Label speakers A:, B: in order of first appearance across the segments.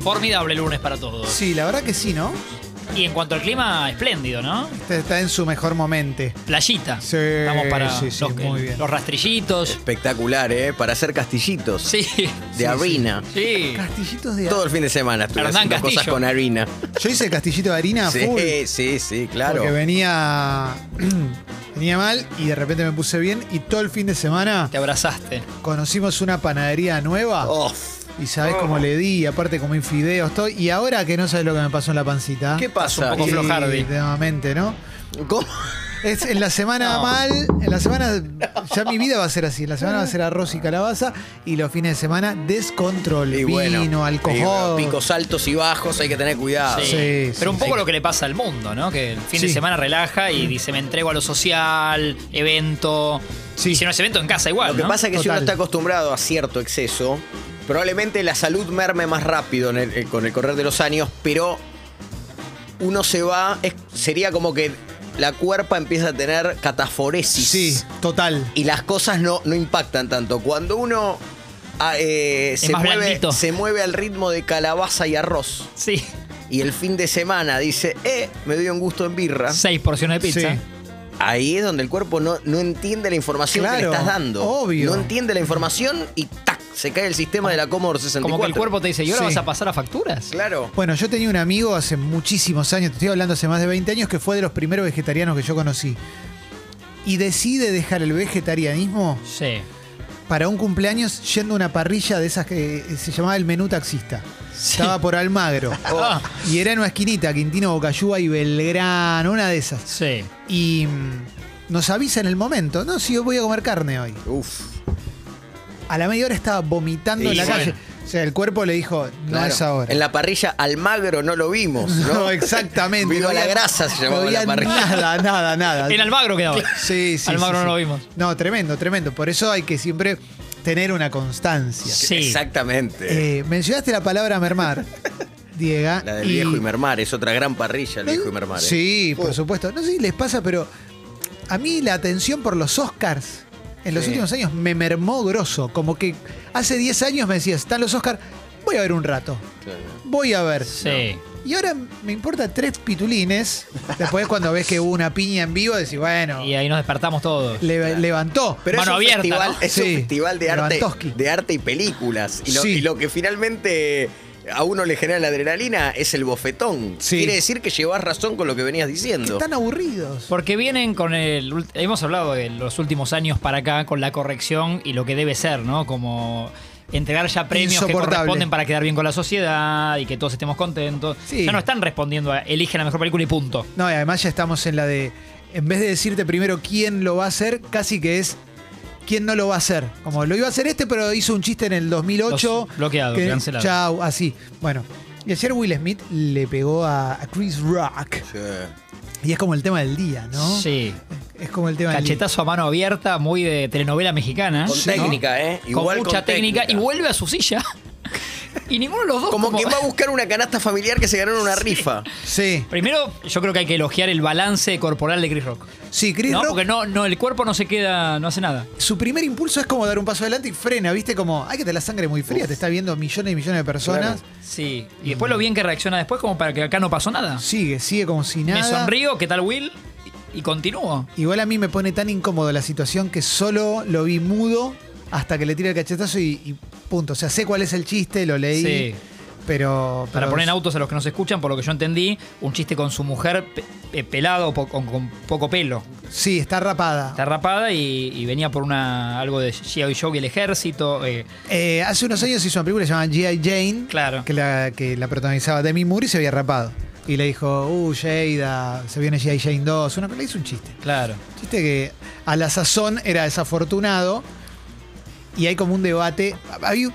A: Formidable lunes para todos.
B: Sí, la verdad que sí, ¿no?
A: Y en cuanto al clima, espléndido, ¿no?
B: Está, está en su mejor momento.
A: Playita.
B: Sí,
A: Estamos para
B: sí, sí,
A: los,
B: muy bien.
A: los rastrillitos.
C: Espectacular, ¿eh? Para hacer castillitos.
A: Sí,
C: De harina.
A: sí.
B: Castillitos de
C: Todo el fin de semana estuve
A: Hernán
C: haciendo cosas
A: Castillo.
C: con harina.
B: Yo hice el castillito de harina a Ah, full.
C: Sí, sí, sí, claro.
B: Porque venía. venía mal y de repente me puse bien. Y todo el fin de semana
A: Te abrazaste.
B: conocimos una panadería nueva.
C: Oh,
B: Y sabés cómo le di, aparte comí fideos, todo. Y ahora que no sabes lo que me pasó en la pancita.
C: ¿Qué pasa?
A: Un poco
B: Y
A: flojardi.
B: Nuevamente, ¿no?
C: ¿Cómo?
B: Es en la semana
A: No.
B: mal, en la semana ya mi vida va a ser así, en la semana va a ser arroz y calabaza y los fines de semana descontrol,
C: Y
B: vino,
C: bueno, y bueno,
B: alcohol.
C: picos altos y bajos, hay que tener cuidado.
B: Ah, Sí.
A: Pero un poco
C: sí.
A: lo que le pasa al mundo, ¿no? Que el fin de
B: Sí.
A: semana relaja y dice, me entrego a lo social, evento.
B: Sí.
A: Y si no es evento, en casa igual,
C: Lo que
A: ¿no?
C: pasa es que si
B: Total.
C: uno está acostumbrado a cierto exceso, probablemente la salud merme más rápido en el- eh, con el correr de los años, pero uno se va, es- sería como que la cuerpa empieza a tener cataforesis.
B: Sí, total.
C: Y las cosas no, no impactan tanto. Cuando uno ah, eh, se,
A: más
C: mueve,
A: blandito.
C: se mueve al ritmo de calabaza y arroz,
A: Sí.
C: y el fin de semana dice, eh, me doy un gusto en birra,
A: Seis porciones de pizza.
B: Sí.
C: ahí es donde el cuerpo no, no entiende la información que
B: Claro,
C: le estás dando.
B: obvio.
C: No entiende la información y ¡tac! Se cae el sistema de la Commodore 64.
A: Como que el cuerpo te dice, ¿y ahora
B: Sí.
A: vas a pasar a facturas?
C: Claro.
B: Bueno, yo tenía un amigo hace muchísimos años, te estoy hablando hace más de 20 años, que fue de los primeros vegetarianos que yo conocí. Y decide dejar el vegetarianismo
A: Sí.
B: para un cumpleaños yendo a una parrilla de esas que eh, se llamaba el menú taxista. Estaba por Almagro.
A: Ah,
B: Y era en una esquinita, Quintino, Bocayúa y Belgrano, una de esas.
A: sí.
B: y mm, nos avisa en el momento, no, si yo voy a comer carne hoy.
C: Uf.
B: A la media hora estaba vomitando
C: Y
B: en la
C: bueno.
B: calle. O sea, el cuerpo le dijo, no
C: claro.
B: es ahora.
C: En la parrilla Almagro no lo vimos, ¿no?
B: No, exactamente.
C: Viva
B: No
C: la
B: había-
C: grasa se
B: no
C: llamaba
B: había
C: la parrilla.
B: Nada, nada, nada.
A: En Almagro quedaba.
B: Sí, sí,
A: Almagro no
B: sí, sí.
A: lo vimos.
B: No, tremendo, tremendo. Por eso hay que siempre tener una constancia.
A: Sí.
C: Exactamente.
B: Eh, mencionaste la palabra mermar, Diega.
C: la del viejo y mermar, es otra gran parrilla el viejo y mermar. ¿eh?
B: Sí, por
C: Oh.
B: supuesto. No sé si les pasa, pero a mí la atención por los Oscars en los
C: Sí.
B: últimos años me mermó grosso. Como que hace 10 años me decías, están los Oscars, voy a ver un rato. Voy a ver.
A: Sí.
B: Y ahora me importa tres pitulines. Después cuando ves que hubo una piña en vivo, decís, bueno,
A: Y ahí nos despertamos todos.
B: le- levantó.
C: Pero
A: Mano
C: es un
A: abierta,
C: festival,
A: ¿no?
C: es un
B: Sí.
C: festival de arte,
B: Lewandowski.
C: de arte y películas. Y lo,
B: Sí.
C: y lo que finalmente a uno le genera la adrenalina es el bofetón.
B: Sí.
C: Quiere decir que llevas razón con lo que venías diciendo.
B: Están aburridos.
A: Porque vienen con el. ult- Hemos hablado de los últimos años para acá con la corrección y lo que debe ser, ¿no? Como entregar ya premios que
B: Insoportable.
A: corresponden para quedar bien con la sociedad y que todos estemos contentos.
B: Sí.
A: Ya no están respondiendo a elige la mejor película y punto.
B: No, y además ya estamos en la de, en vez de decirte primero quién lo va a hacer, casi que es quién no lo va a hacer. Como lo iba a hacer este, pero hizo un chiste en el 2008.
A: Los- bloqueado, cancelado.
B: Chau, así. Bueno, y ayer Will Smith le pegó a, a Chris Rock.
C: Sí.
B: Y es como el tema del día, ¿no?
A: Sí.
B: Es como el tema del día.
A: Cachetazo a mano abierta, muy de telenovela mexicana.
C: Con
A: Ah, Sí, ¿no?
C: técnica, ¿eh?
A: Con
C: Igual
A: mucha técnica. Y
C: técnica.
A: vuelve a su silla. y ninguno de los dos.
C: Como,
A: como-
C: que va a buscar una canasta familiar que se ganó en una rifa.
B: Sí,
A: Primero, yo creo que hay que elogiar el balance corporal de Chris Rock.
B: sí, Chris
A: ¿no?
B: Rock.
A: Porque no, no, el cuerpo no se queda, no hace nada.
B: Su primer impulso es como dar un paso adelante y frena, ¿viste? Como, hay que tener la sangre muy fría, te está viendo millones y millones de personas.
A: Sí, y después lo bien que reacciona después, como para que acá no pasó nada.
B: Sigue, sigue como si nada.
A: Me sonrío, ¿qué tal Will? Y, y continúo.
B: Igual a mí me pone tan incómodo la situación que solo lo vi mudo hasta que le tiré el cachetazo y, y punto. O sea, sé cuál es el chiste, lo leí.
A: Sí.
B: Pero,
A: Para
B: pero-
A: poner en autos a los que no se escuchan, por lo que yo entendí, un chiste con su mujer pe- pe- pelado, po- con, con poco pelo.
B: Sí, está rapada.
A: Está rapada y, y venía por una algo de G.I. Joe y el ejército. eh,
B: Eh, hace unos años hizo una película llamada G.I. Jane.
A: Claro.
B: Que la, que la protagonizaba Demi Moore y se había rapado. Y le dijo, uh, Jada, se viene G.I. Jane 2. Una, le hizo un chiste.
A: claro.
B: Chiste que a la sazón era desafortunado y hay como un debate. Hay,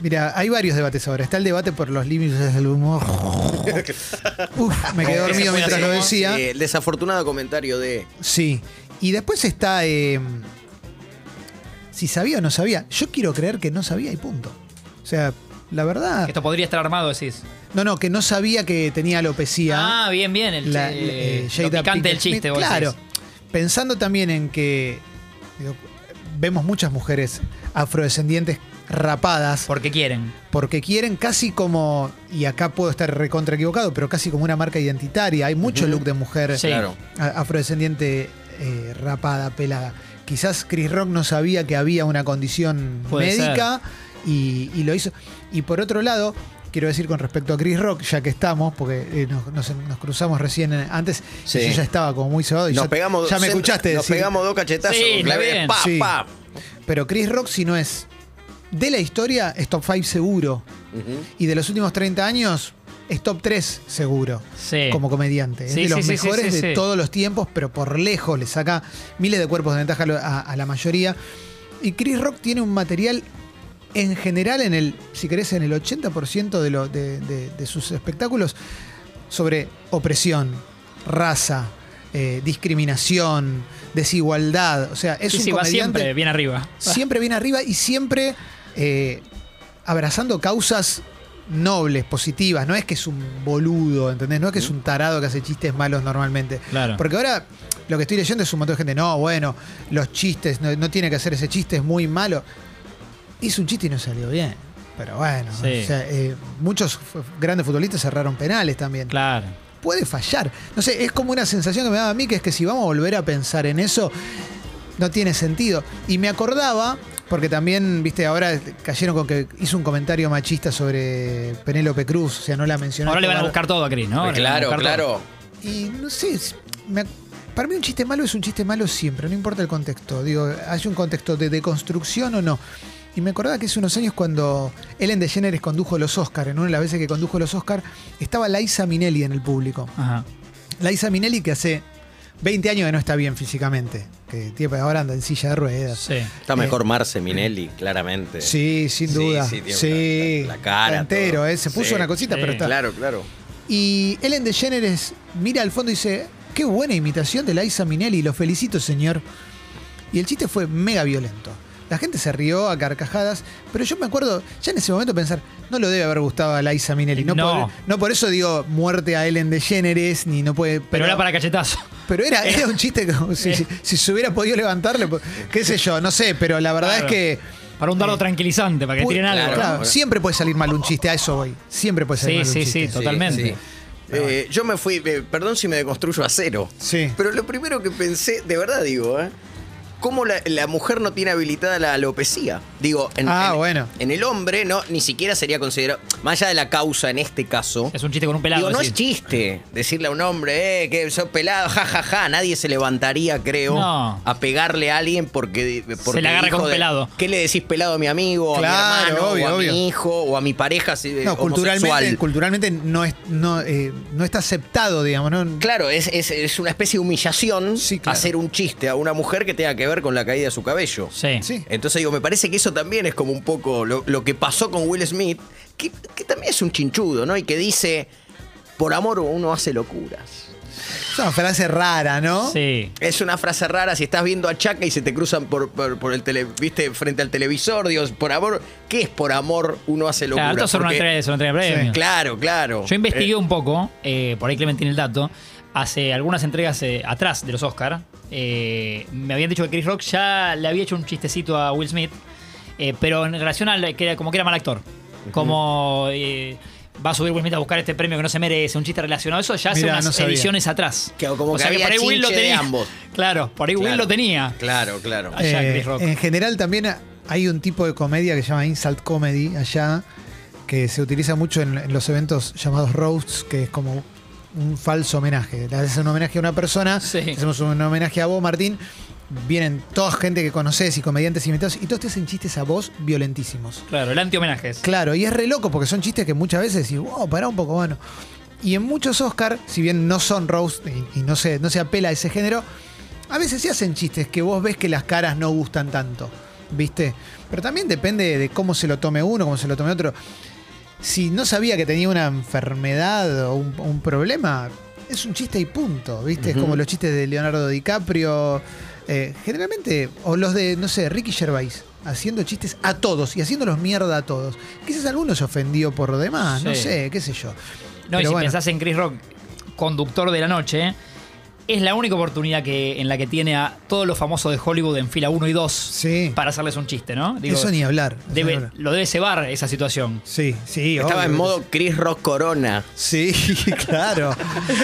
B: mira, hay varios debates ahora. Está el debate por los límites del humor. Uf, me quedé dormido
A: Ese fue
B: mientras lo
A: Eh, así.
B: decía.
C: Sí, el desafortunado comentario de.
B: Sí. Y después está eh, si sabía o no sabía. Yo quiero creer que no sabía y punto. O sea, la verdad.
A: Esto podría estar armado, decís.
B: No, no, que no sabía que tenía alopecia.
A: Ah, bien, bien. El,
B: la,
A: eh,
B: eh,
A: lo
B: Jada
A: picante
B: Pinkett
A: del chiste,
B: Smith.
A: vos
B: Claro.
A: decís.
B: Pensando también en que digo, vemos muchas mujeres afrodescendientes rapadas
A: Porque quieren.
B: porque quieren casi como, y acá puedo estar recontra equivocado, pero casi como una marca identitaria. Hay mucho
C: Ujú.
B: look de mujer
A: Sí.
C: Claro.
B: a- afrodescendiente eh, rapada, pelada. Quizás Chris Rock no sabía que había una condición
A: Puede
B: médica y, y lo hizo. Y por otro lado, quiero decir con respecto a Chris Rock, ya que estamos, porque eh, nos, nos- nos cruzamos recién en- antes, y
C: Sí.
B: yo ya estaba como muy cebado. y
C: Nos
B: ya,
C: pegamos,
B: ya me
C: siempre-
B: escuchaste
C: Nos
B: decir,
C: pegamos dos cachetazos.
A: Sí,
C: con
A: está
C: claveles,
A: bien.
C: pa,
B: Sí.
C: pa.
B: Pero Chris Rock, si no es de la historia, es top 5 seguro.
C: Ujú.
B: Y de los últimos 30 años, es top 3 seguro.
A: Sí.
B: como comediante.
A: Sí,
B: es de los
A: sí, sí, sí,
B: mejores
A: sí,
B: de
A: sí.
B: todos los tiempos, pero por lejos le saca miles de cuerpos de ventaja a lo- a, a la mayoría. Y Chris Rock tiene un material en general, en el, si querés, en el 80% de, lo- de- de- de sus espectáculos sobre opresión, raza, eh, discriminación, desigualdad. O sea, es
A: sí,
B: un
A: sí, va
B: comediante
A: siempre bien arriba.
B: siempre bien arriba y siempre eh, abrazando causas nobles, positivas. No es que es un boludo, ¿entendés? No es que es un tarado que hace chistes malos normalmente.
A: Claro.
B: Porque ahora lo que estoy leyendo es un montón de gente, no, bueno, los chistes, no, no tiene que hacer ese chiste, es muy malo. Hizo un chiste y no salió bien. Pero bueno,
A: Sí.
B: o sea, eh, muchos fu- grandes futbolistas cerraron penales también
A: Claro.
B: puede fallar. No sé, es como una sensación que me daba a mí, que es que si vamos a volver a pensar en eso, no tiene sentido. Y me acordaba, porque también, viste, ahora cayeron con que hizo un comentario machista sobre Penélope Cruz, o sea, no la mencionó.
A: Ahora le van a buscar todo a Chris, ¿no? Ahora le van a
C: claro,
A: buscar todo.
C: claro.
B: Y no sé, es- me ac- para mí un chiste malo es un chiste malo siempre, no importa el contexto. Digo, hay un contexto de deconstrucción o no. Y me acordaba que hace unos años cuando Ellen DeGeneres condujo los Oscar, en una de las veces que condujo los Oscar, estaba Liza Minelli en el público.
A: Ajá.
B: Liza Minelli que hace 20 años que no está bien físicamente. Que tío, ahora anda en silla de ruedas.
A: Sí.
C: Está mejor Marce Minelli, claramente.
B: Eh. Sí, sin
C: Sí,
B: duda.
C: sí, tiene
B: Sí.
C: la- la- la cara,
B: Está entero,
C: todo.
B: ¿eh? Se puso
C: Sí.
B: una cosita,
A: Sí.
B: pero está.
C: Claro, claro.
B: Y Ellen DeGeneres mira al fondo y dice, qué buena imitación de Liza Minelli, lo felicito señor. Y el chiste fue mega violento. La gente se rió a carcajadas, pero yo me acuerdo ya en ese momento pensar, no lo debe haber gustado a Liza Minelli. No,
A: No.
B: Por, no por eso digo muerte a Ellen DeGeneres, ni no puede...
A: Pero era para cachetazo.
B: Pero era, era un chiste como si,
A: Eh.
B: si- si se hubiera podido levantarle, po- qué sé yo, no sé, pero la verdad
A: Claro.
B: es que.
A: Para un dardo
B: Eh,
A: tranquilizante, para que
B: pu-
A: tiren algo.
B: claro,
C: ¿no?
B: siempre puede salir mal un chiste, a eso voy. Siempre puede salir
A: Sí,
B: mal un
A: sí, sí,
B: chiste.
A: totalmente.
C: Sí, sí. Eh, yo me fui, eh, perdón si me deconstruyo a cero.
B: Sí.
C: Pero lo primero que pensé, de verdad digo, ¿eh? ¿Cómo la, la mujer no tiene habilitada la alopecia? Digo, en,
B: Ah,
C: en-
B: bueno.
C: en el hombre no, ni siquiera sería considerado, más allá de la causa en este caso.
A: Es un chiste con un pelado.
C: digo, no
A: así.
C: es chiste decirle a un hombre, eh, que sos pelado, jajaja, nadie se levantaría, creo,
A: No.
C: a pegarle a alguien porque, porque
A: la agarra
C: dijo
A: con
C: de-
A: pelado.
C: ¿Qué le decís pelado a mi amigo, a mi
B: Claro,
C: hermano,
B: obvio,
C: o a mi
B: obvio.
C: hijo, o a mi pareja si,
B: No, culturalmente,
C: eh, homosexual?
B: culturalmente no, es, no, eh, no está aceptado, digamos. ¿no?
C: Claro, es, es- es una especie de humillación
B: Sí, claro.
C: hacer un chiste a una mujer que tenga que ver con la caída de su cabello.
A: Sí.
B: Sí.
C: Entonces digo, me parece que eso también es como un poco lo, lo que pasó con Will Smith, que, que también es un chinchudo, ¿no? Y que dice, por amor uno hace locuras.
B: Es una frase rara, ¿no?
A: Sí.
C: Es una frase rara, si estás viendo a Chaca y se te cruzan por, por- por el tele, viste, frente al televisor, digo, por amor, ¿qué es por amor uno hace locuras?
A: Claro, esto es una
C: Porque-
A: entrega de- es una entrega de premios.
C: claro, claro.
A: Yo investigué
C: Eh,
A: un poco, eh, por ahí Clement tiene el dato, hace algunas entregas eh, atrás de los Oscar, eh, me habían dicho que Chris Rock ya le había hecho un chistecito a Will Smith, eh, pero en relación a que era- como que era mal actor, como eh, va a subir Will Smith a buscar este premio que no se merece, un chiste relacionado a eso, ya hace
B: Mirá, no
A: unas
B: sabía.
A: ediciones atrás.
C: Que como que había chinche de ambos.
A: Claro, por ahí Will
C: Claro.
A: lo tenía.
C: Eh, Claro, claro.
A: Ay, allá,
B: Eh,
A: Chris Rock.
B: En general también hay un tipo de comedia que se llama insult comedy allá, que se utiliza mucho en, en los eventos llamados roasts, que es como un falso homenaje. Le haces un homenaje a una persona,
A: Sí.
B: le hacemos un homenaje a vos, Martín. Vienen toda gente que conoces y comediantes invitados y todos te hacen chistes a vos violentísimos.
A: Claro, el anti-homenaje. es.
B: Claro, y es re loco porque son chistes que muchas veces decís, wow, pará un poco, bueno. Y en muchos Oscar, si bien no son roast y, y no, se, no se apela a ese género, a veces se hacen chistes que vos ves que las caras no gustan tanto, ¿viste? Pero también depende de cómo se lo tome uno, cómo se lo tome otro. Si no sabía que tenía una enfermedad o un, un problema, es un chiste y punto, ¿viste? Es como los chistes de Leonardo DiCaprio, eh, generalmente, o los de, no sé, Ricky Gervais, haciendo chistes a todos y haciéndolos mierda a todos. Quizás alguno se ofendió por demás, no
A: Sí.
B: sé, qué sé yo.
A: No, y
B: Pero
A: si
B: bueno.
A: pensás en Chris Rock, conductor de la noche, es la única oportunidad que, en la que tiene a todos los famosos de Hollywood en fila 1 y 2
B: Sí.
A: para hacerles un chiste, ¿no? Digo,
B: Eso ni hablar. eso
A: debe-
B: ni hablar.
A: lo debe cebar esa situación.
B: Sí, sí.
C: Estaba
B: obvio.
C: en modo Chris Rock Corona.
B: Sí, claro.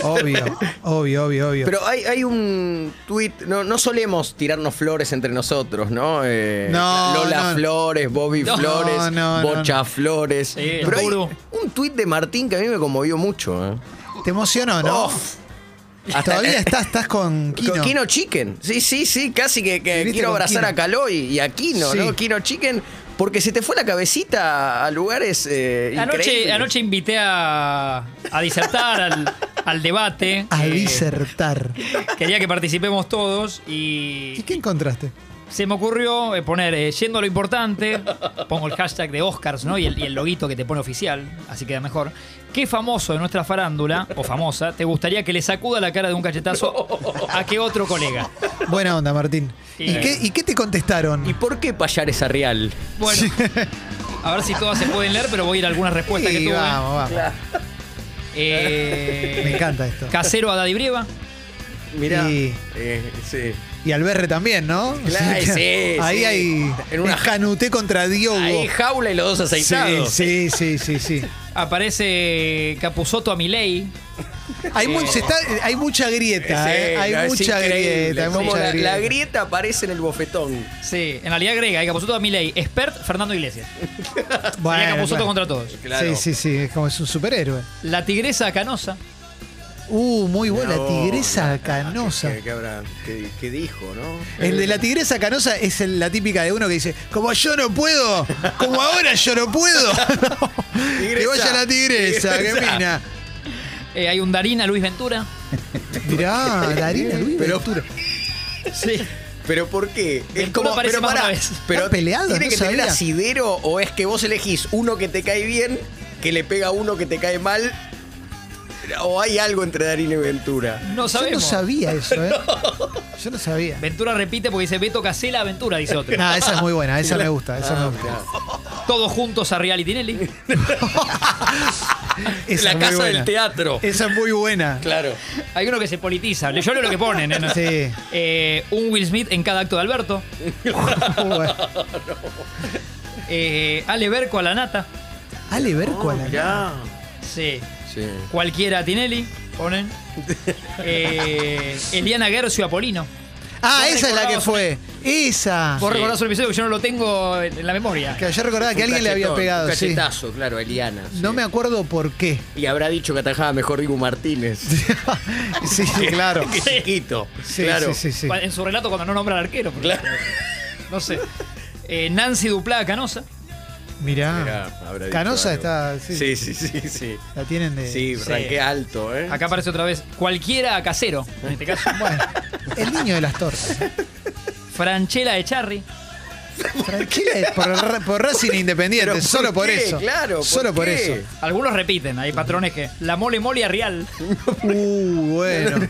B: obvio, obvio, obvio, obvio.
C: Pero hay, hay un tweet, no, no solemos tirarnos flores entre nosotros, ¿no? Eh,
B: No,
C: Lola
B: no.
C: Flores, Bobby
A: No.
C: Flores,
B: No, no,
C: Bocha Flores.
A: Sí,
C: Pero hay
A: seguro.
C: un tweet de Martín que a mí me conmovió mucho. ¿eh?
B: ¿Te emocionó, no?
C: Uf.
B: Todavía estás, estás con Kino.
C: Con Kino Chicken. Sí, sí, sí, casi que, que
B: Viviste
C: quiero
B: con
C: abrazar
B: Kino.
C: a Caloy y a Kino,
B: Sí.
C: ¿no? Kino Chicken, porque se te fue la cabecita a lugares eh,
A: Anoche,
C: increíbles.
A: anoche invité a, a disertar al, al debate.
B: A
A: Eh,
B: disertar.
A: Quería que participemos todos y
B: ¿Y qué encontraste?
A: se me ocurrió eh, poner, eh, yendo a lo importante, pongo el hashtag de Oscars, ¿no? Y el, y el loguito que te pone oficial, así queda mejor. ¿Qué famoso de nuestra farándula, o famosa, te gustaría que le sacuda la cara de un cachetazo a qué otro colega?
B: Buena onda, Martín.
A: Sí.
B: ¿Y, qué, y qué te contestaron?
C: ¿Y por qué Payares esa real?
A: Bueno, a ver si todas se pueden leer, pero voy a ir a algunas respuestas que
B: Sí,
A: tuve.
B: vamos, vamos.
A: Eh,
B: Me encanta esto.
A: Casero a Daddy Brieva.
C: Mirá.
B: Y-
C: Eh, sí.
B: Y Alberre también, ¿no?
C: Claro,
B: O sea que
C: sí,
B: ahí
C: sí.
B: hay.
C: En una-
B: Canuté contra Diogo.
C: Ahí jaula y los dos aceitados.
B: sí, sí, sí, sí, sí.
A: Aparece Capuzoto a Milei.
B: Hay, mu- se está- hay mucha grieta,
C: Sí,
B: ¿eh? Hay
C: no, es
B: mucha
C: increíble
B: grieta, hay
C: cómo
B: mucha
C: la,
B: grieta.
C: la grieta aparece en el bofetón.
A: Sí, en realidad agrega, eh, Capuzoto a Milei. Expert Fernando Iglesias. Sería
B: Bueno,
A: Capuzoto
B: claro.
A: contra todos.
C: Claro.
B: Sí, sí, sí, es como es un superhéroe.
A: La tigresa Canosa.
B: Uh, muy buena,
C: No,
B: la tigresa
C: no, no,
B: canosa.
C: ¿Qué, qué habrá- qué- qué dijo, no?
B: El de la tigresa canosa es el- la típica de uno que dice, como yo no puedo, como ahora yo no puedo. que
C: Tigresa,
B: vaya la tigresa, que
C: tigresa.
B: mina.
A: Eh, hay un Darina Luis Ventura.
B: Mirá, Darina Luis
C: Pero-
B: Ventura.
A: Sí.
C: ¿Pero por qué? Es
A: Ventura
C: como,
A: aparece
C: pero
A: más
C: pará,
A: una vez.
C: pero
B: ¿Están peleados?
C: ¿Tiene
B: No
C: que tener
B: sabía.
C: asidero o es que vos elegís uno que te cae bien, que le pega a uno que te cae mal? ¿O hay algo entre Darín y Ventura?
A: No
B: Yo no
A: sabemos.
B: sabía eso, ¿eh? Yo no sabía.
A: Ventura repite porque dice Beto Casela Ventura, dice otro.
B: No, esa es muy buena, esa me gusta, esa me gusta.
A: Todos juntos a Real y Tinelli.
B: Esa es muy buena.
C: teatro.
B: Esa es muy buena.
C: Claro.
A: Hay uno que se politiza. Yo leo lo que ponen. ¿eh? ¿no?
B: Sí.
A: Eh, un Will Smith en cada acto de Alberto.
B: Muy buena.
A: Eh, Ale Berco a la nata.
B: Ale Berco a la
A: Sí.
C: Sí.
A: Cualquiera a Tinelli, ponen. Eh, Eliana Gercio a Polino.
B: Ah,
A: Vos
B: esa es la que
A: recordabas-
B: fue. Esa.
A: Vos
C: Sí.
A: recordás un episodio que yo no lo tengo en en la memoria.
B: Que ayer recordaba Ah, que
C: Un
B: alguien le había
C: cachetón,
B: pegado.
C: Un
B: sí.
C: cachetazo, claro, Eliana.
B: No me acuerdo por qué.
C: Y habrá dicho que atajaba mejor Dibu Martínez.
B: sí, sí, claro.
C: Que chiquito.
B: Sí,
C: claro.
B: sí, sí, sí.
A: En su relato cuando no nombra al arquero. porque- No sé. Eh, Nancy Duplá a Canosa.
B: Mirá.
C: Mirá, habrá dicho
B: Ah, Canosa
C: algo.
B: está. Sí,
C: Sí, sí, sí, sí.
B: La tienen de.
C: Sí,
A: Sí.
C: ranqué alto, ¿eh?
A: Acá aparece otra vez cualquiera a Casero. En este caso.
B: Bueno, el niño de las tortas.
A: Franchella de Charri.
B: Tranquila, por, el ra- por Racing e Independiente,
C: ¿Pero por
B: solo por
C: qué?
B: eso.
C: Claro, ¿por
B: solo por
C: qué?
B: eso.
A: Algunos repiten, hay patrones que. La mole mole a Real.
B: Uh, bueno.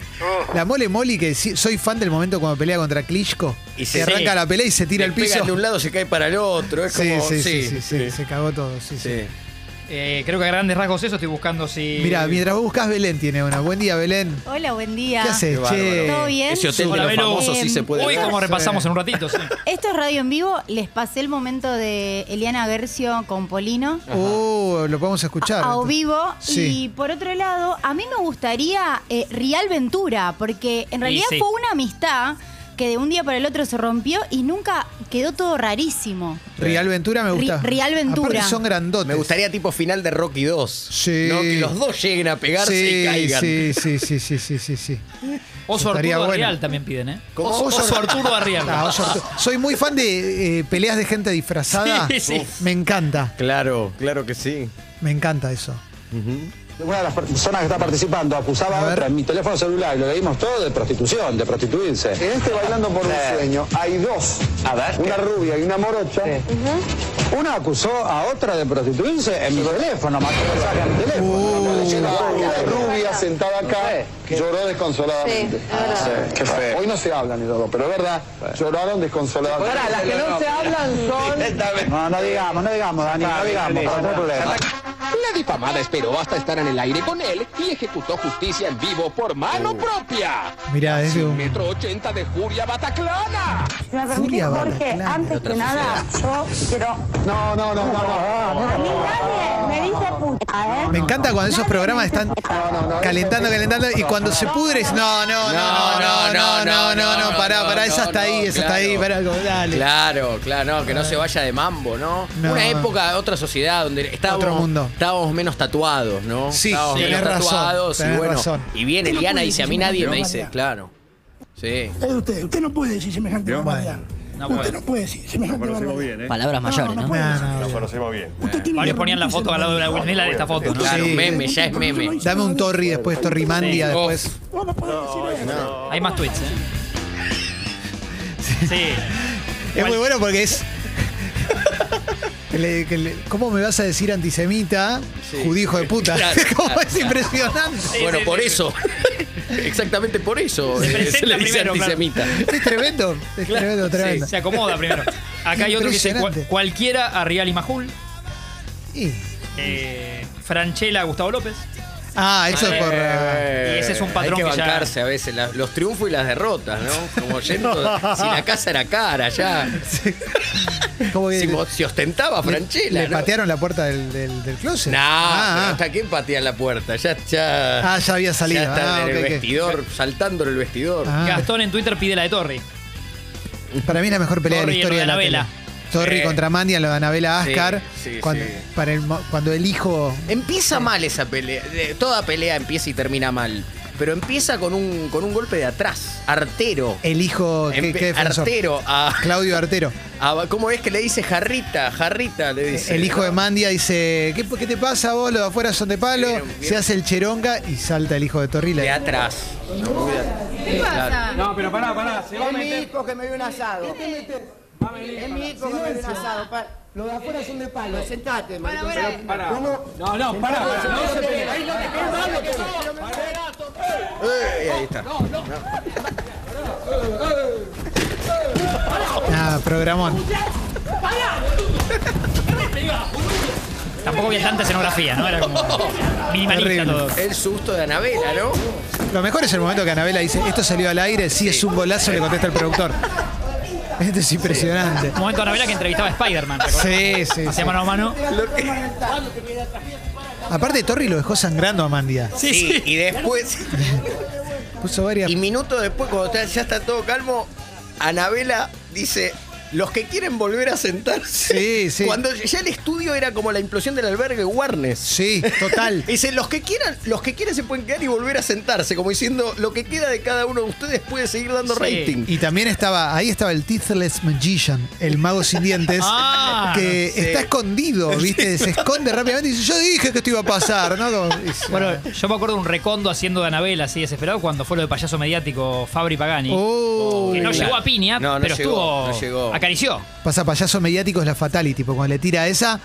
B: La mole Molly, que sí- soy fan del momento cuando pelea contra Klitschko.
C: Y
B: Y
C: se-
B: se arranca
A: sí.
B: la pelea y se tira al
C: Le
B: piso.
C: Pega de un lado, se cae para el otro. Es
B: Sí,
C: como.
B: sí, sí, sí, sí,
C: sí.
B: se cagó todo. Sí, sí.
C: Sí.
A: Eh, creo que a grandes rasgos eso estoy buscando si.
B: Mira, mientras vos buscás, Belén tiene una. Buen día, Belén.
D: Hola, buen día.
B: ¿Qué haces,
C: bárbaro.
B: che?
D: ¿Todo bien?
C: Ese hotel
A: Hola,
C: de los
A: Belu.
C: famosos sí se puede
A: Uy,
C: ver.
A: como repasamos
B: Sí.
A: en un ratito, sí.
D: Esto es radio en vivo. Les pasé el momento de Eliana Gercio con Polino.
B: Uh, lo podemos escuchar.
D: A, a o vivo.
B: Sí.
D: Y por otro lado, a mí me gustaría eh, Rial Ventura, porque en realidad
A: sí.
D: fue una amistad que de un día para el otro se rompió y nunca quedó todo rarísimo.
B: Real Ventura me gusta.
D: Ri- Real Ventura.
B: Aparte son grandotes.
C: Me gustaría tipo final de Rocky 2.
B: Sí.
C: ¿no? Que los dos lleguen a pegarse y caigan.
B: Sí, sí, sí, sí, sí, sí, sí.
A: Oso
B: Estaría
A: Arturo a
B: bueno.
A: Real también piden, ¿eh?
C: ¿Cómo?
A: Oso, Oso Arturo a Real.
B: Ah, Oso Arturo. Soy muy fan de eh, peleas de gente disfrazada.
A: Sí, sí.
B: Me encanta,
C: Claro, claro que sí.
B: me encanta eso.
E: Una de las personas que está participando acusaba
B: A
E: a
B: ver.
E: otra en mi teléfono celular, y lo leímos todo, de prostitución, de prostituirse. En este bailando por un sueño hay dos, una rubia y una morocha. Una acusó a otra de prostituirse en mi teléfono, mató mensaje en mi teléfono. Una rubia sentada acá lloró desconsoladamente. Sí, Hoy no se hablan ellos dos, pero es verdad, lloraron desconsoladamente. las que no se hablan son... No, no digamos, no digamos, Dani, no digamos, para no hay problema.
F: La difamada esperó hasta estar en el aire con él y ejecutó justicia en vivo por mano propia.
B: Mirá, es de
F: Un
B: un-
F: metro ochenta de Julia Bataclana.
G: Si me permitís,
B: Furia
G: Jorge,
B: Bataclan.
G: antes que nada, yo quiero...
E: No, no, no, no, no.
G: A mí nadie me dice puta, ¿eh?
B: Me encanta cuando esos programas están calentando, calentando y cuando se pudre es no, no, no, no, no, no, no, no, pará, pará, esa está ahí, esa está ahí, pará, como, dale.
C: Claro, claro, no, que no se vaya de mambo, ¿no?
B: No.
C: Una época, otra sociedad donde estábamos,
B: Otro mundo.
C: estábamos menos tatuados, ¿no?
B: Sí,
C: estábamos
B: tenés
C: menos
B: razón,
C: tatuados y
B: tenés
C: bueno.
B: razón.
C: Y viene Eliana y dice, a mí nadie me dice,
H: barbaridad.
C: claro. Sí.
H: Es usted, usted no puede decir semejante barbaridad.
A: No
H: usted
A: puede.
H: no puede decir semejante barbaridad.
I: ¿eh?
J: Palabras mayores, ¿no?
B: No, no, no.
H: Usted tiene
A: Varios
H: que
A: ponían la
H: rendirse
A: foto al lado de la Will Miller esta foto, ¿no?
C: Claro,
B: Sí.
C: meme, ya es meme.
B: Dame un Torri después, Torri Mandia
C: Sí.
B: después.
H: Vos no podés decir eso.
A: Hay más tweets, ¿eh? Sí.
B: Es muy bueno porque es. que le- que le- ¿Cómo me vas a decir antisemita, judío hijo de puta?
C: Claro,
B: ¿Cómo
C: claro,
B: es impresionante?
C: Bueno,
A: sí,
C: por
A: sí.
C: eso. Exactamente por eso.
A: Se
C: eh, Se,
A: presenta
C: le dice
A: primero, claro.
C: antisemita.
B: Es tremendo, es tremendo, tremendo.
A: Se acomoda primero. Acá hay otro que dice
B: Impresionante.
A: "Cual- cualquiera a Rial y Majul.
B: Y-
A: Eh, Franchella a Gustavo López.
B: ah, eso es por. ah,
A: Y ese es un
C: Eh, Hay
A: patrón
C: que
A: que ya-
C: bancarse a veces la- los triunfos y las derrotas, ¿no? Como yendo, si la casa era cara ya.
B: ¿cómo que
C: Si,
B: le-
C: mo- si ostentaba Franchella.
B: le
C: ¿no?
B: patearon la puerta del, del, del closet.
C: No, pero
B: ah, ah.
C: hasta quién patean la puerta. Ya, ya,
B: Ah, ya había salido.
C: ya está
B: Ah,
C: en
B: ok,
C: el
B: ok.
C: vestidor, saltando en el vestidor.
B: Ah,
A: Gastón en Twitter pide la de Torri.
B: Para mí es la mejor pelea
A: Torri
B: de
A: y
B: la
A: lo
B: historia de la
A: de Anabela.
B: tele. Torri
C: Sí.
B: contra Mandia, lo de Anabela
C: Sí,
B: Ascar.
C: sí,
B: cuando,
C: sí.
B: Para el, mo- cuando el hijo.
C: Empieza mal esa pelea. de- Toda pelea empieza y termina mal. Pero empieza con un, con un golpe de atrás. Artero.
B: El hijo. Eh, ¿qué,
C: Empe-
B: qué defensor?
C: Em, Artero. A,
B: Claudio Artero.
C: a- Ah, ¿Cómo es que le dice jarrita? Jarrita le dice.
B: El hijo de Mandia dice, ¿qué, qué te pasa vos? Los de afuera son de palo.
C: Vieron, vieron.
B: Se hace el cheronga y salta el hijo de Torrila.
C: De atrás.
D: ¿Qué pasa?
K: No, pero pará, pará, se va a
G: Es mi
K: meter.
G: hijo que me dio un asado.
K: Va a venir.
G: Es mi hijo que me dio un asado. Lo de afuera son de palo. Sentate, maricón.
K: Pero pará. No, no, pará, pará. No se peleen.
B: Ah, programón.
A: Tampoco había tanta escenografía, ¿no? Era como minimalista
B: Terrible.
A: todo.
C: El susto de Anabela, ¿no?
B: Lo mejor es el momento que Anabela dice, esto salió al aire, sí, es un golazo, le contesta el productor. Esto es impresionante.
A: Un momento Anabela que entrevistaba a Spider-Man. ¿te acordás?
B: Sí, sí, sí.
A: Hacía mano a mano.
B: Aparte Torri lo dejó sangrando a Mandia.
A: Sí, sí.
C: Y después,
B: Puso varias...
C: y minutos después, cuando está- ya está todo calmo, Anabela dice. Los que quieren volver a sentarse.
B: Sí, sí.
C: Cuando ya el estudio era como la implosión del albergue Warnes.
B: Sí, total.
C: Dice, los que quieran, los que quieran se pueden quedar y volver a sentarse, como diciendo, lo que queda de cada uno de ustedes puede seguir dando
A: Sí.
C: rating.
B: Y también estaba, ahí estaba el Teethless Magician, el mago sin dientes,
A: Ah,
B: que
C: sí.
B: está escondido, ¿viste? Se esconde rápidamente y dice, yo dije que esto iba a pasar, ¿no? Como- y se-
A: Bueno, yo me acuerdo de un recondo haciendo de Anabela así desesperado cuando fue lo de payaso mediático Fabri Pagani.
B: Oh.
A: que no
C: Claro.
A: llegó a piña,
C: No, no
A: pero
C: llegó,
A: estuvo.
C: no llegó.
A: Acarició.
B: Pasa payaso mediático es la fatality, tipo cuando le tira esa,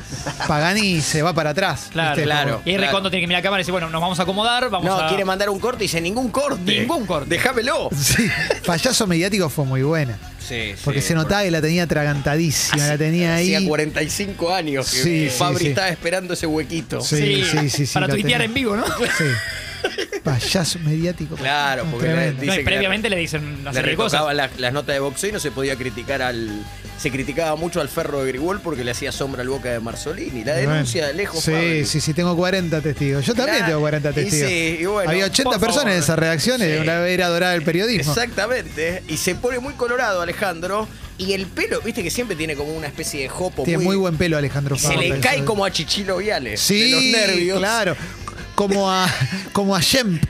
B: Pagani se va para atrás.
A: Claro,
B: ¿viste?
C: claro.
A: Y ahí
C: claro.
A: Recondo tiene que mirar a cámara y decir, bueno, nos vamos a acomodar, vamos
C: no,
A: a.
C: quiere mandar un corte y dice, ningún corte.
A: Ningún corte.
C: Déjamelo.
B: Sí, payaso mediático fue muy buena.
C: Sí, Ah,
B: Porque se notaba que la tenía atragantadísima, la tenía ahí.
C: Hacía 45 años que
B: Sí,
C: que
B: sí,
C: Fabri
B: sí.
C: estaba esperando ese huequito.
B: Sí, sí, sí, sí,
A: Para
B: la
A: tuitear
B: tenía.
A: en vivo, ¿no?
B: Sí. Payaso mediático.
C: Claro, porque
B: Tremendo.
A: No,
C: Dice
A: y
C: que
A: previamente le dicen una
C: Le
A: serie de cosas.
C: retocaban las, las notas de boxeo y no se podía criticar al. Se criticaba mucho al ferro de Grigol porque le hacía sombra al boca de Marzolini. La denuncia de lejos.
B: Sí,
C: Fabri.
B: sí, sí, tengo 40 testigos. Yo también
C: Claro.
B: tengo 40
C: Y
B: testigos.
C: sí, y bueno,
B: Había
C: por
B: 80
C: favor.
B: personas en esas reacciones,
C: Sí.
B: una era dorada el periodismo.
C: Exactamente. Y se pone muy colorado Alejandro. Y el pelo, viste que siempre tiene como una especie de jopo.
B: Tiene muy buen pelo Alejandro
C: Y se
B: Fabri.
C: le cae como a Chichilo Viales.
B: Sí,
C: De los nervios.
B: claro. Como a, como a Shemp.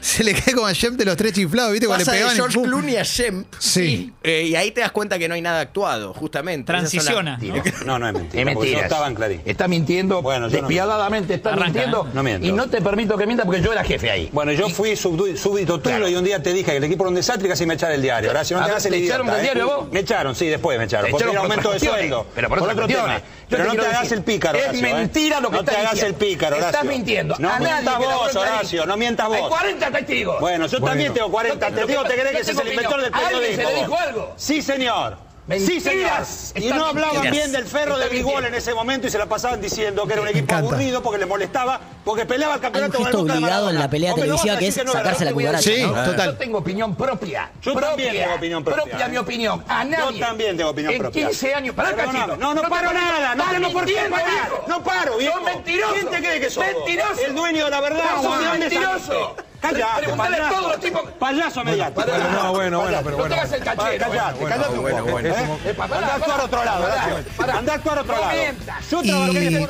B: Se le cae como a Shemp de los tres chiflados, ¿viste? Cuando
C: Pasa
B: le
C: de
B: pegaban y
C: George
B: ¡pum!
C: Clooney a Shemp.
B: Sí.
C: Eh, y ahí te das cuenta que no hay nada actuado, justamente.
A: Transiciona.
C: Esas
A: ¿no?
C: son
E: No, no es mentira.
J: Es
E: porque
J: mentira.
E: yo estaba en Clarín.
J: Está mintiendo
E: Bueno, yo no
J: despiadadamente, está
A: Arranca,
J: mintiendo.
E: ¿eh? No miento.
J: Y no te permito que mientas porque yo era jefe ahí.
E: Bueno, yo fui subdu- súbdito tuyo
J: Claro.
E: y un día te dije que el equipo era un desastre y casi me echaron el diario. Ahora, si no
J: A
E: te
J: ver,
E: hagas el
J: ¿te
E: idiota,
J: echaron por el
E: ¿eh?
J: diario vos?
E: Me echaron, sí, después me echaron.
J: Te
E: Porque
J: echaron
E: era
J: por
E: aumento de
J: otras cuestiones,
E: sueldo.
J: pero por otras
E: otro
J: cuestiones.
E: tema.
J: Yo
E: Pero
J: te
E: no te
J: quiero
E: hagas
J: decir,
E: el pícaro,
J: es
E: Horacio, ¿eh?
J: mentira lo que
E: No
J: estás
E: te hagas el
J: diciendo.
E: pícaro, Horacio.
J: Estás mintiendo.
E: No
J: A nadie
E: mientas
J: que la
E: vos,
J: cuenta ahí.
E: Horacio, no mientas
J: Hay
E: vos.
J: 40 testigos.
E: Bueno, yo también tengo 40
J: Yo-
E: testigos.
J: yo-
E: ¿Te crees
J: yo
E: que ese es
J: tengo
E: el inventor del
J: opinión. ¿A alguien
E: periodismo?
J: se le dijo
E: vos?
J: algo?
E: Sí, señor.
L: Mentiras. Y no
J: Está-
L: hablaban
J: Mentiras.
L: bien del ferro
J: Está
L: de Bigol
J: mintiendo.
L: en ese momento y se la pasaban diciendo que era un equipo
J: encanta.
L: aburrido porque le molestaba, porque peleaba el
M: Hay un
L: campeonato con el
M: gesto
L: Boca de
M: obligado en
L: Maradona.
M: la pelea
L: Hombre, no vas a
M: televisiva que
L: decir
M: es
L: no ganaron.
M: sacarse la cucaracha. ¿no?
J: Yo tengo opinión propia.
L: Yo
J: propia,
L: también tengo opinión propia, ¿eh?
J: mi opinión. A
L: Yo
J: nadie.
L: también tengo opinión
J: en
L: propia.
J: 15 años. Pará,
L: Perdóname.
J: cachito.
L: No, no
J: te
L: paro
J: permito-
L: nada, no
J: Estás
L: tengo por qué
J: mintiendo,
L: parar.
J: viejo.
L: No paro, viejo.
J: Sos mentiroso.
L: ¿Quién te cree que sos vos?
J: Mentiroso.
L: El dueño de la verdad, ¿vos
J: Sos
L: de
J: un
L: dónde
J: mentiroso.
L: saliste? Callate,
J: Preguntale a
L: payaso.
J: todos los tipos.
L: Payaso mediático.
J: pará.
L: Bueno, bueno, bueno, pero
J: No te
L: bueno,
J: hagas el
L: bueno.
J: canchero.
L: Callate,
J: Bueno,
L: callate un
J: bueno,
L: poco,
J: bueno.
L: ¿eh?
J: Epa, pará,
L: Andá a actuar
J: pará,
L: a otro lado,
J: pará,
L: Horacio.
J: pará.
L: Andá a actuar a otro
J: No
L: lado.
J: mientas.
L: Yo trabajé en el-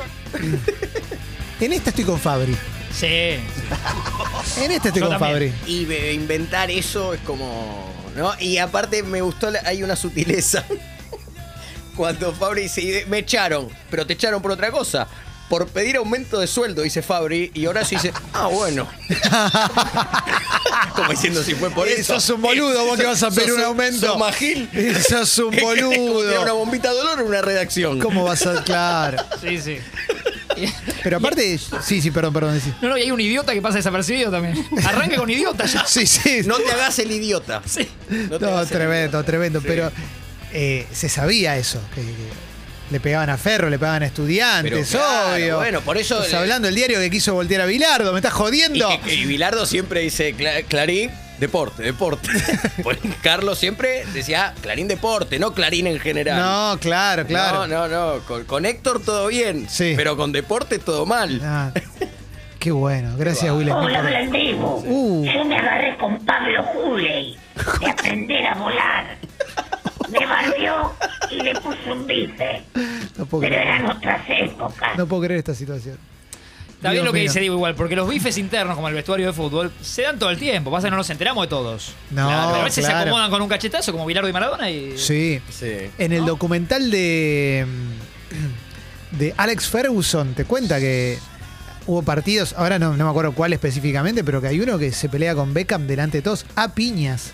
B: En esta estoy con Fabri.
A: Sí.
B: En esta estoy
C: Yo
B: con
C: también.
B: Fabri.
C: Y eh, inventar eso es como. ¿no? Y aparte me gustó, la- hay una sutileza. Cuando Fabri dice, me echaron, pero te echaron por otra cosa. Por pedir aumento de sueldo, dice Fabri, y ahora sí dice, ah, bueno. Como diciendo si fue por
B: Eh,
C: eso.
B: sos un boludo, vos que vas a pedir un aumento.
C: Sos magil.
B: Eh, sos un
C: Es como tirar
B: boludo.
C: una bombita de dolor en una redacción.
B: ¿Cómo vas a.? Claro.
A: Sí, sí.
B: Pero aparte. Sí, sí, perdón, perdón. sí.
A: No, no, y hay un idiota que pasa desapercibido también. Arranca con idiota ya.
B: Sí, sí.
C: No te hagas el idiota.
A: Sí.
C: No te
B: No,
C: hagas el
B: tremendo, tremendo.
C: Sí.
B: Pero eh, se sabía eso. Que, que le pegaban a Ferro, le pegaban a estudiantes,
C: Pero claro,
B: obvio.
C: bueno, por eso
B: Estás
C: le-
B: hablando del diario que quiso voltear a Bilardo, me estás jodiendo.
C: Y, que- y Bilardo siempre dice "Cla- Clarín, deporte, deporte. Pues Carlos siempre decía "Ah, Clarín, deporte, no Clarín en general.
B: No, claro, claro.
C: No, no, no. Con, con Héctor todo bien, pero con deporte todo mal.
B: Ah, qué bueno, gracias, Will. Smith,
H: Hola,
B: por-
H: hola, en vivo.
B: Uh.
H: Yo me agarré con Pablo Juley de aprender a volar. Me barrió y le puse un bife.
B: No puedo
H: Pero
B: creer.
H: eran otras épocas.
B: No puedo creer esta situación.
A: Está bien
B: Dios
A: lo que
B: mío.
A: dice Diego igual, porque los bifes internos, como el vestuario de fútbol, se dan todo el tiempo. Pasa que no nos enteramos de todos.
B: No,
A: a veces
B: claro.
A: se acomodan con un cachetazo, como Bilardo y Maradona, y.
B: Sí.
C: Sí.
B: En el documental de, de Alex Ferguson te cuenta que hubo partidos, ahora no, no me acuerdo cuál específicamente, pero que hay uno que se pelea con Beckham delante de todos a piñas.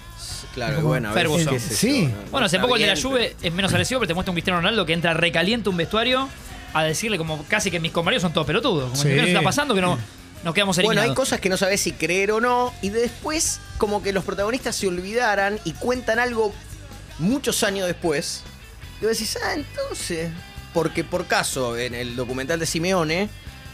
C: Claro, bueno, a ver,
A: Ferguson.
C: qué sé yo,
B: Sí.
C: no- no
A: Bueno, hace
C: está
A: poco el de la
C: bien,
A: Juve es menos agresivo, pero te muestra un Cristiano Ronaldo que entra recaliente a un vestuario a decirle como casi que mis compañeros son todos pelotudos. Como
B: Sí.
A: que nos está pasando que no, nos quedamos
C: Bueno,
A: eliminados.
C: hay cosas que no sabes si creer o no, y después como que los protagonistas se olvidaran y cuentan algo muchos años después. Y vos decís, ah, entonces... Porque por caso, en el documental de Simeone,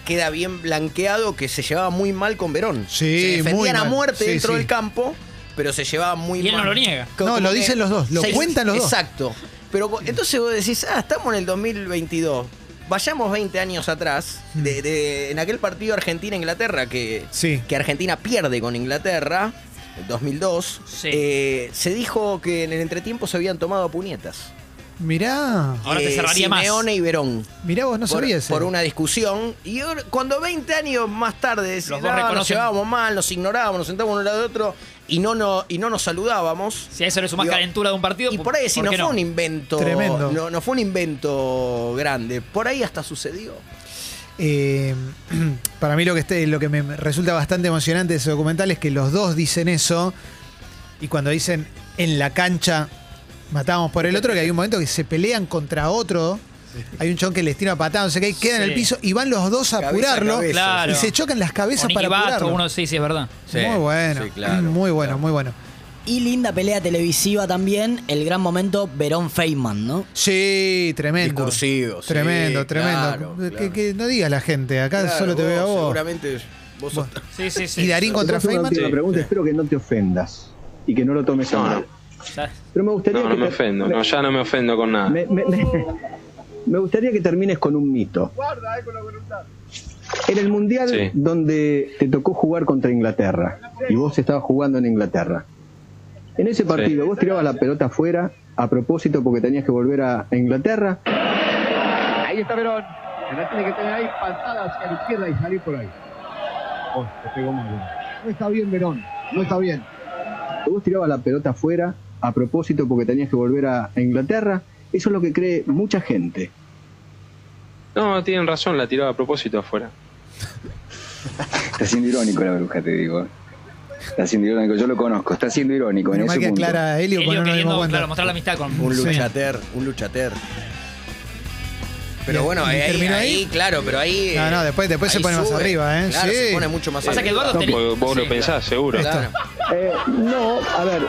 C: queda bien blanqueado que se llevaba muy mal con Verón.
B: Sí,
C: se
B: muy
C: defendían a
B: mal.
C: muerte
B: Sí,
C: dentro
B: sí.
C: del campo, pero se llevaba muy
A: Y él
C: mal.
A: no lo niega.
C: Co-
B: No,
C: como
B: lo
C: que-
B: dicen los dos, lo
C: se-
B: cuentan los dos.
C: Exacto. Pero co- entonces vos decís, ah, estamos en el 2022. Vayamos 20 años atrás, de, de- en aquel partido Argentina-Inglaterra que,
B: Mm. Sí.
C: que Argentina pierde con Inglaterra, el 2002, eh, se dijo que en el entretiempo se habían tomado a puñetas. Eh,
B: Mirá,
A: Ahora te cerraría más.
C: Simeone y Verón.
B: mirá vos, no
C: por,
B: sabías.
C: por una discusión. Y ahora- cuando 20 años más tarde decís,
A: Los dos
C: "Ah, nos
A: reconocen-
C: llevábamos mal, nos ignorábamos, nos sentábamos uno al lado de otro y no, no, y no nos saludábamos.
A: Si a eso le sumás
C: Digo,
A: calentura de un partido,
C: Y por ahí si no
A: qué
C: fue un invento.
B: Tremendo.
C: No, no fue un invento grande. Por ahí hasta sucedió.
B: Eh, para mí lo que, este- lo que me resulta bastante emocionante de ese documental es que los dos dicen eso y cuando dicen en la cancha matábamos por el otro, que hay un momento que se pelean contra otro. Hay un chon que les tira patada, no sé qué, queda en el
A: Sí.
B: piso y van los dos a
C: Cabeza a
B: apurarlo
C: cabeza,
A: Claro.
B: y se chocan las cabezas
A: O Nicky
B: para
A: Bato,
B: apurarlo.
A: uno sí, sí, es verdad.
B: muy bueno, muy bueno, muy bueno.
M: Y linda pelea televisiva también, el gran momento Verón Feynman, ¿no?
B: Sí, tremendo.
C: Discursivo, sí,
B: tremendo, tremendo.
C: claro,
B: que,
C: claro.
B: que no digas la gente, acá
C: Claro,
B: solo te veo a vos.
C: Seguramente vos sos-
A: Sí, sí, sí.
B: Y Darín contra Feynman.
N: pregunta, espero que no te ofendas y que no lo tomes a mal. Pero me gustaría
O: No,
N: que
O: no me
N: te-
O: ofendo, no, ya no me ofendo con nada.
N: me, me- me- me gustaría que termines con un mito. En el mundial
O: Sí.
N: donde te tocó jugar contra Inglaterra y vos estabas jugando en Inglaterra. En ese partido vos tirabas la pelota afuera a propósito porque tenías que volver a a Inglaterra.
P: Ahí está Verón. Verón tiene que tener ahí patada hacia la izquierda y salir por ahí. Oh, se pegó muy bien. No está bien, Verón. No está bien.
N: Vos tirabas la pelota afuera a propósito porque tenías que volver a a Inglaterra. Eso es lo que cree mucha gente.
O: No, tienen razón, la tiraba a propósito afuera.
Q: Está siendo irónico la bruja, te digo. Está siendo irónico, yo lo conozco, está siendo irónico en
B: Menos mal
Q: ese
B: que
Q: punto.
B: aclara Helio,
A: Elio
B: porque no nos dimos
A: queriendo,
B: cuenta.
A: claro, mostrar la amistad con
C: Un
A: Sí.
C: luchater, un luchater. Pero
B: Y-
C: bueno,
B: y
C: ahí,
B: terminó ahí.
C: ahí, claro, pero ahí.
B: No, no,
C: eh,
B: después- después se
C: ahí
B: pone más
C: sube.
B: arriba, ¿eh?
C: Claro,
B: Sí.
C: se pone mucho más
A: Pasa que
C: arriba.
A: Eduardo tenía-
O: Vos, vos lo pensás, seguro.
C: Claro.
N: Eh, no, a ver,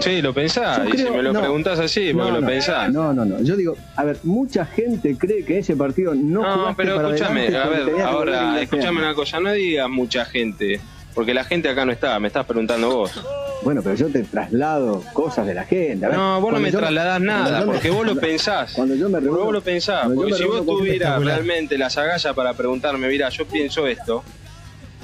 O: sí, lo pensás.
Q: Yo
O: Y si
Q: creo-
O: me lo
Q: no.
O: preguntás así, porque
Q: No,
O: lo
Q: no.
O: pensás.
Q: No, no, no. Yo digo, a ver, mucha gente cree que ese partido no
O: No,
Q: jugaste
O: pero
Q: para
O: escúchame,
Q: adelante
O: a
Q: porque tenías
O: ver,
Q: que volver a
O: ahora,
Q: Inglaterra.
O: escúchame una cosa, no digas mucha gente, porque la gente acá no está, me estás preguntando vos.
Q: Bueno, pero yo te traslado cosas de la gente. a ver,
O: No, vos no
Q: cuando
O: me
Q: yo-
O: trasladás
Q: cuando
O: nada,
Q: yo me-
O: porque vos lo
Q: cuando-
O: pensás.
Q: Cuando yo me reúno,
O: Vos lo pensás,
Q: cuando yo
O: porque
Q: me
O: si
Q: reúno
O: vos
Q: con-
O: tuvieras
Q: Espectacular.
O: realmente las agallas para preguntarme, mira, yo pienso esto,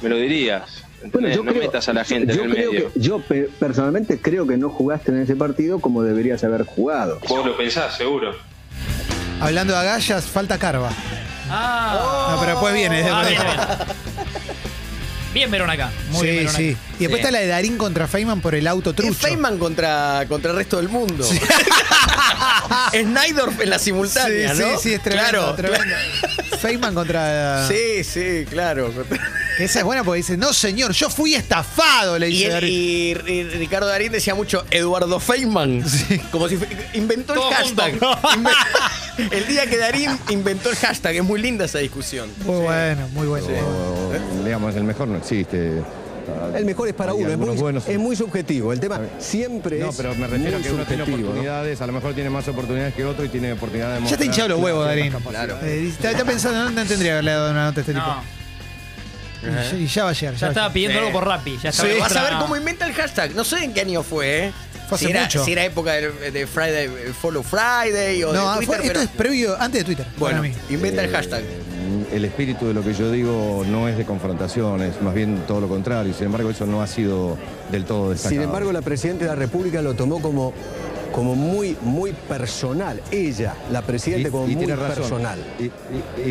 O: me lo dirías.
Q: Bueno,
O: ¿entendés?
Q: yo
O: no
Q: creo-
O: metas a la gente en
Q: yo
O: el
Q: creo
O: medio.
Q: que- yo pe- personalmente creo que no jugaste en ese partido como deberías haber jugado.
O: Vos lo pensás, seguro.
B: Hablando de agallas, falta Carva. No, pero después viene.
A: Ah,
B: después-
A: bien, bien Verón acá. Muy
B: sí,
A: bien Verón acá.
B: sí. Y después está la de Darín contra Feynman por el auto trucho.
C: Feynman contra, contra el resto del mundo. Snyder en la simultánea,
B: sí,
C: ¿no?
B: Sí, sí, es tremendo.
C: Claro,
B: tremendo. Feynman contra.
C: Sí, sí, claro.
B: Esa es buena porque dice, no señor, yo fui estafado, le
C: Y,
B: dice
C: él-
B: Darín.
C: y- y Ricardo Darín decía mucho Eduardo Feynman. Como si fe- inventó el
B: Todo
C: hashtag. Inve- el día que Darín inventó el hashtag. Es muy linda esa discusión.
B: Muy bueno, muy bueno.
I: Eh, Digamos, el mejor no existe.
R: El mejor es para
I: Hay
R: uno, es
I: algunos
R: muy,
I: buenos.
R: es muy subjetivo. El tema siempre
I: No,
R: es.
I: pero me refiero a
R: muy
I: que uno tiene
R: subjetivo, ¿no?
I: oportunidades, a lo mejor tiene más oportunidades que otro y tiene oportunidades de
B: Ya te
I: mostrar
B: hinchado los huevos,
I: ciertas
B: Darín.
I: capacidades.
B: Eh, dice, está, está pensando, no, no tendría que haberle dado una nota a este
A: No.
B: tipo. Y ya- Y, ya va a llegar.
A: Ya
B: va a
A: estaba
B: llegar.
A: pidiendo
C: Sí.
A: algo por Rappi. Ya estaba
C: Sí. Vas a ver
A: otra-
C: cómo inventa el hashtag. No sé en qué año fue, ¿eh?
B: Fue
C: si,
B: hace
C: era,
B: mucho.
C: si era época de, de Friday, eh, Follow Friday o
B: No,
C: de
B: ah,
C: Twitter.
B: fue- esto
C: pero-
B: es previo, antes de Twitter.
C: bueno,
B: para mí.
C: inventa el hashtag.
I: El espíritu de lo que yo digo no es de confrontaciones, más bien todo lo contrario. Sin embargo, eso no ha sido del todo destacado.
R: Sin embargo, la Presidenta de la República lo tomó como, como muy, muy personal. Ella, la Presidenta, como muy personal.
I: Y, y-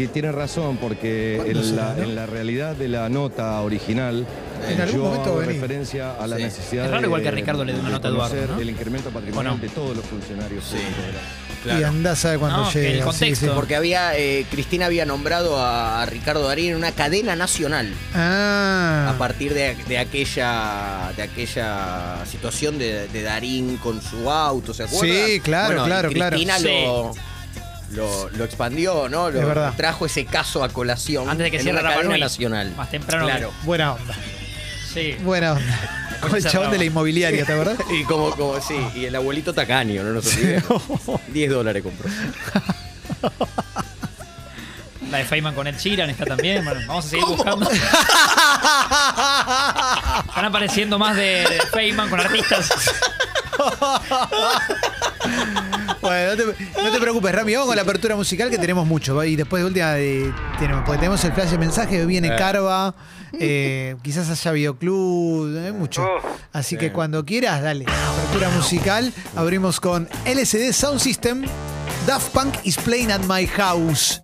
I: y tiene razón, porque
R: ¿Cuándo
I: en
R: será,
I: la,
R: no?
I: en la realidad de la nota original,
A: En algún
I: yo
A: momento
I: hago
A: va a venir.
I: referencia a la
A: Sí.
I: necesidad
A: Es raro
I: de-
A: igual que Ricardo le dé una
I: de
A: nota a Eduardo,
I: conocer
A: ¿no?
I: el incremento patrimonial
A: ¿O no?
I: de todos los funcionarios públicos de la-
B: Y andá a saber cuándo
C: No, que
B: llega.
C: el
B: sí,
C: contexto.
B: sí.
C: Porque había, eh, Cristina había nombrado a, a Ricardo Darín en una cadena nacional
B: Ah.
C: a partir de, de aquella de aquella situación de, de Darín con su auto, ¿se acuerdan?
B: Sí, claro,
C: Bueno, y
B: claro, claro.
C: Cristina
B: Sí.
C: lo, lo, lo expandió, ¿no? Lo,
B: Es verdad.
C: Trajo ese caso a colación
A: Antes de que
C: en
A: cierre
C: una
A: Rapa
C: cadena
A: Nui.
C: nacional.
A: Más temprano.
C: Claro.
B: Buena onda.
A: Sí.
B: Buena onda. Como el chabón de la inmobiliaria, ¿te acordás?
C: Y como, como, sí, y el abuelito tacaño, no nos olvidemos. 10 dólares compró.
A: La de Feynman con el Chiran está también. Bueno, vamos a seguir buscando. Están apareciendo más de Feynman con artistas.
B: Bueno, no te, no te preocupes, Rami. Vamos con la apertura musical que tenemos mucho. ¿va? Y después de última, de- tenemos, porque tenemos el flash de mensaje, viene
I: Eh.
B: Carva, eh, quizás haya videoclub, hay mucho. Así que cuando quieras, dale. Apertura musical, abrimos con LCD Sound System, Daft Punk is playing at my house.